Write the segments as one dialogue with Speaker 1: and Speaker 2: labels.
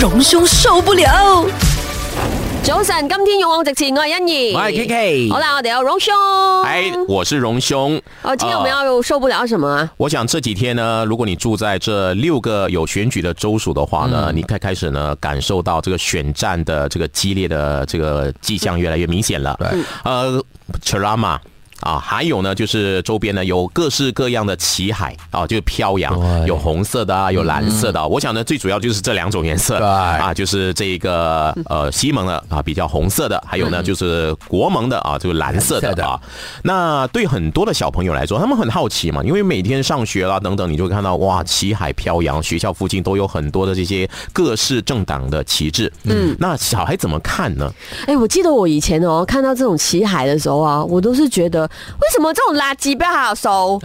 Speaker 1: 隆胸受不了。
Speaker 2: 早晨，今天勇往直前，我系欣怡，
Speaker 3: 我是 KK
Speaker 2: 好啦，我哋有荣兄。
Speaker 3: 哎，我是荣兄。
Speaker 2: 哦，今天我们
Speaker 3: 呃
Speaker 2: 要受不了什么啊？
Speaker 3: 我想这几天呢，如果你住在这六个有选举的州属的话呢，你开开始呢感受到这个选战的这个激烈的这个迹象越来越明显了。对，呃 c h r a m a 啊，还有呢，就是周边呢有各式各样的旗海啊，就是飘扬，有红色的啊，有蓝色的啊、我想呢，最主要就是这两种颜色
Speaker 4: 对
Speaker 3: 啊，就是这个呃西蒙的啊比较红色的，还有呢就是国盟的啊就是蓝
Speaker 4: 蓝色
Speaker 3: 色的
Speaker 4: 的
Speaker 3: 啊。那对很多的小朋友来说，他们很好奇嘛，因为每天上学啦等等，你就会看到哇，旗海飘扬，学校附近都有很多的这些各式政党的旗帜。嗯，那小孩怎么看呢？
Speaker 2: 哎，我记得我以前哦，看到这种旗海的时候啊，我都是觉得为什么这种垃圾不 好收？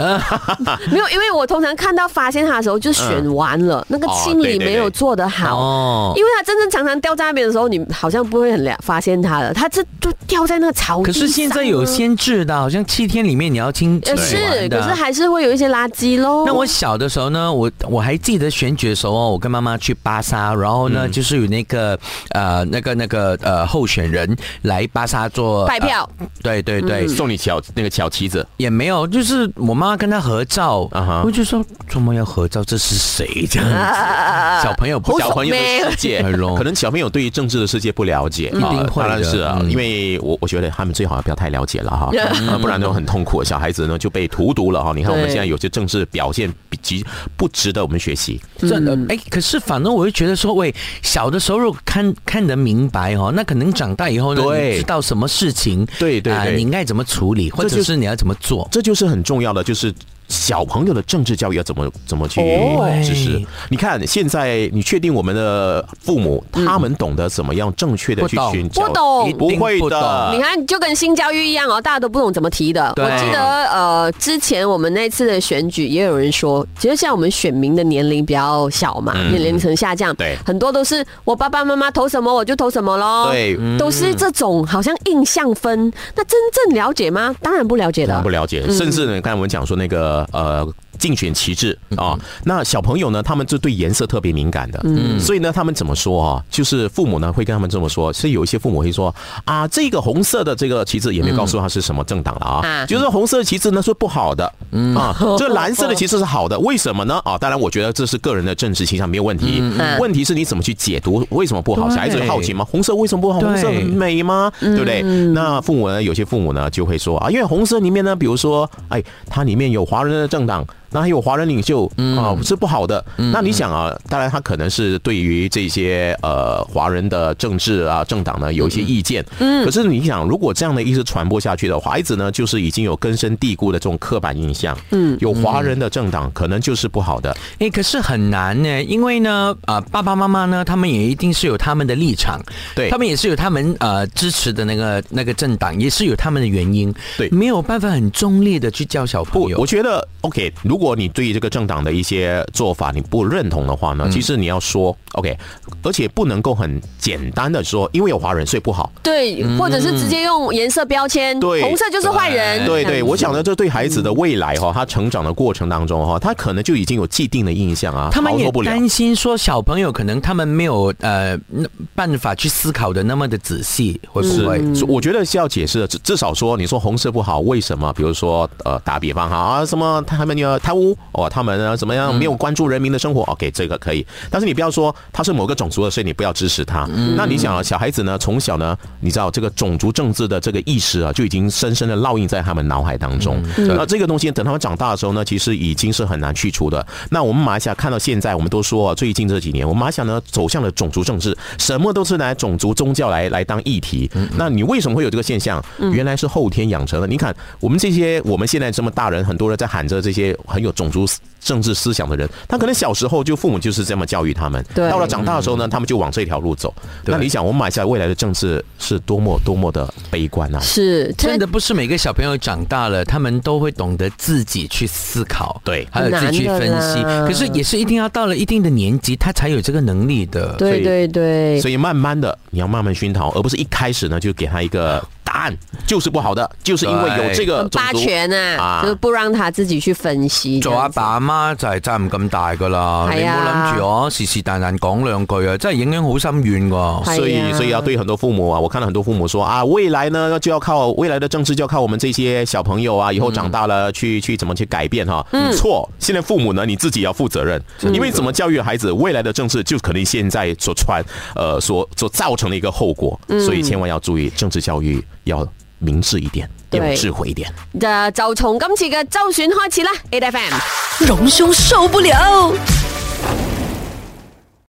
Speaker 2: 没有，因为我通常看到发现它的时候就选完了，那个
Speaker 3: 哦
Speaker 2: 清理
Speaker 3: 对对
Speaker 2: 没有
Speaker 3: 对
Speaker 2: 做得好。
Speaker 4: 哦，
Speaker 2: 因为它真正常常掉在那边的时候，你好像不会很了发现它了，它这就掉在那个草地
Speaker 4: 可是现在有
Speaker 2: 上啊
Speaker 4: 限制的，好像七天里面你要清清
Speaker 2: 呃
Speaker 4: 理
Speaker 2: 是，
Speaker 4: 完的啊
Speaker 2: 可是还是会有一些垃圾喽。
Speaker 4: 那我小的时候呢，我我还记得选举的时候哦，我跟妈妈去巴沙，然后
Speaker 3: 嗯
Speaker 4: 呢，就是有那个呃那个那个呃候选人来巴沙做
Speaker 2: 拜票嗯
Speaker 4: 呃对对对，
Speaker 3: 送你小那个小旗子，
Speaker 4: 也没有，就是我妈妈跟他合照，
Speaker 3: 啊哈
Speaker 4: 我就说怎么要合照，这是谁这样子？小朋友不
Speaker 2: 好
Speaker 3: 小朋友的世 界
Speaker 4: 哎呦，
Speaker 3: 可能小朋友对于政治的世界不了解
Speaker 4: 一定会的
Speaker 3: 当然是啊，
Speaker 4: 嗯
Speaker 3: 因为我我觉得他们最好不要太了解了 哈，呃不然都很痛苦，小孩子呢就被荼毒了哈。你看我们
Speaker 2: 对
Speaker 3: 现在有些政治表现比极不值得我们学习，
Speaker 4: 真的，
Speaker 3: 嗯
Speaker 4: 哎、可是反正我就觉得说，喂，小的时候如果看看得明白哦，那可能长大以后呢，
Speaker 3: 对
Speaker 4: 你知道什么事情，
Speaker 3: 对对
Speaker 4: 啊
Speaker 3: 对
Speaker 4: 你应该怎么处理，或
Speaker 3: 这
Speaker 4: 者
Speaker 3: 就是
Speaker 4: 你要怎么做。
Speaker 3: 这就是很重要的，就是。小朋友的政治教育要怎么怎么去
Speaker 4: 哦
Speaker 3: 支持
Speaker 4: 对？
Speaker 3: 你看现在，你确定我们的父母他们懂得怎么样正确的
Speaker 4: 嗯不
Speaker 3: 去
Speaker 4: 懂
Speaker 3: 宣教？
Speaker 2: 不懂
Speaker 3: 哦不
Speaker 4: 一
Speaker 3: 会
Speaker 4: 定不
Speaker 3: 的
Speaker 4: 懂。
Speaker 2: 你看，就跟性教育一样哦，大家都不懂怎么提的。我
Speaker 4: 对
Speaker 2: 记得呃，之前我们那次的选举，也有人说，其实像我们选民的年龄比较小嘛，
Speaker 3: 嗯
Speaker 2: 年龄层下降，
Speaker 3: 对
Speaker 2: 很多都是我爸爸妈妈投什么我就投什么喽，
Speaker 3: 对嗯
Speaker 2: 都是这种好像印象分。那真正了解吗？当然不了解的
Speaker 3: 不。了解，甚至呢，刚才我们讲说那个呃。竞选旗帜啊、那小朋友呢，他们就对颜色特别敏感的，嗯，所以呢，他们怎么说啊？就是父母呢会跟他们这么说，是有一些父母会说啊，这个红色的这个旗帜也没有告诉他是什么政党了啊，
Speaker 2: 啊
Speaker 3: 就是红色的旗帜呢是不好的，嗯啊，这蓝色的旗帜是好的，为什么呢？啊，当然我觉得这是个人的政治倾向没有问题，
Speaker 2: 嗯
Speaker 3: 问题是你怎么去解读为什么不好？
Speaker 4: 对
Speaker 3: 小孩子会好奇吗？红色为什么不好？红色很
Speaker 4: 对
Speaker 3: 美吗？对不对？那父母呢？有些父母呢就会说啊，因为红色里面呢，比如说，哎，它里面有华人的政党，那还有华人领袖啊，是不好的。那你想啊，当然他可能是对于这些呃华人的政治啊政党呢有一些意见。嗯，可是你想，如果这样的意识传播下去的话，孩子呢就是已经有根深蒂固的这种刻板印象。嗯，有华人的政党可能就是不好的。
Speaker 4: 哎，可是很难呢，因为呢，呃，爸爸妈妈呢，他们也一定是有他们的立场，
Speaker 3: 对
Speaker 4: 他们也是有他们呃支持的那个那个政党，也是有他们的原因，
Speaker 3: 对
Speaker 4: 没有办法很中立的去教小
Speaker 3: 不
Speaker 4: 朋，友
Speaker 3: 我。觉得 OK。如果你对这个政党的一些做法你不认同的话
Speaker 4: 嗯
Speaker 3: 呢，其实你要说 OK，而且不能够很简单的说，因为有华人所以不好。
Speaker 2: 对，或者是直接用颜色标签，
Speaker 3: 嗯对
Speaker 2: 红色就是坏
Speaker 4: 哎
Speaker 2: 人。
Speaker 3: 对
Speaker 2: 这
Speaker 3: 对，
Speaker 2: 样
Speaker 3: 我想呢，这对孩子
Speaker 4: 嗯
Speaker 3: 的未来哈、他成长的过程当中哈、他可能就已经有既定的印象啊，
Speaker 4: 他们
Speaker 3: 逃
Speaker 4: 也
Speaker 3: 脱不了。
Speaker 4: 担心说小朋友可能他们没有呃那办法去思考的那么的仔细，会
Speaker 3: 是
Speaker 4: 不会？，
Speaker 3: 所以我觉得是要解释的，至至少说，你说红色不好，为什么？比如说，呃，打比方哈，啊，什么他们要贪污哦，他们呢怎么样没有关注人民的生活？OK，这个可以，但是你不要说他是某个种族的，所以你不要支持他。那你想啊，小孩子呢，从小呢，你知道这个种族政治的这个意识啊，就已经深深的烙印在他们脑海当中。那这个东西等他们长大的时候呢，其实已经是很难去除的。那我们马来西亚看到现在，我们都说啊最近这几年，我们马来西亚呢走向了种族政治，什么都是拿种族宗教来来当议题。那你为什么会有这个现象？原来是后天养成的。你看我们这些我们现在这么大人，很多人在喊着这些很有种族思政治思想的人，他可能小时候就父母就是这么教育他们，
Speaker 2: 对
Speaker 3: 到了长大的时候呢，他们就往这条路走。那你想，我们马来西亚未来的政治是多么多么的悲观啊！
Speaker 2: 是
Speaker 4: 真的不是每个小朋友长大了，他们都会懂得自己去思考，
Speaker 3: 对
Speaker 4: 还有自己去分析
Speaker 2: 很。难的啦
Speaker 4: 可是也是一定要到了一定的年纪，他才有这个能力的。
Speaker 2: 对
Speaker 3: 以
Speaker 2: 对对。
Speaker 3: 所以慢慢的，你要慢慢熏陶，而不是一开始呢就给他一个大答案就是不好的，就是因为有这
Speaker 2: 啊很
Speaker 3: 个呃种
Speaker 2: 霸
Speaker 3: 族
Speaker 2: 权啊，就是不让他自己去分析。
Speaker 4: 做阿爸阿媽就係責任咁大噶啦，你
Speaker 2: 係
Speaker 4: 唔好
Speaker 2: 啊
Speaker 4: 諗住我是是但但講兩句啊，真係影響好深遠噶。
Speaker 2: 係
Speaker 3: 所以，
Speaker 2: 哎呀
Speaker 3: 所以要对很多父母啊，我看到很多父母说啊，未来呢就要靠未来的政治就要靠我们这些小朋友啊，以后长大
Speaker 2: 嗯
Speaker 3: 了、去去怎么去改变哈、错，现在父母呢你自己要负责任，
Speaker 2: 嗯
Speaker 3: 因为怎么教育孩子，未来的政治就可能现在所传呃所所造成的一个后果，
Speaker 2: 嗯
Speaker 3: 所以千万要注意政治教育要明智一点，要
Speaker 2: 对
Speaker 3: 有智慧一点。
Speaker 2: 呃就就從今次嘅周選開始啦，A F M。
Speaker 1: 榮兄受不了。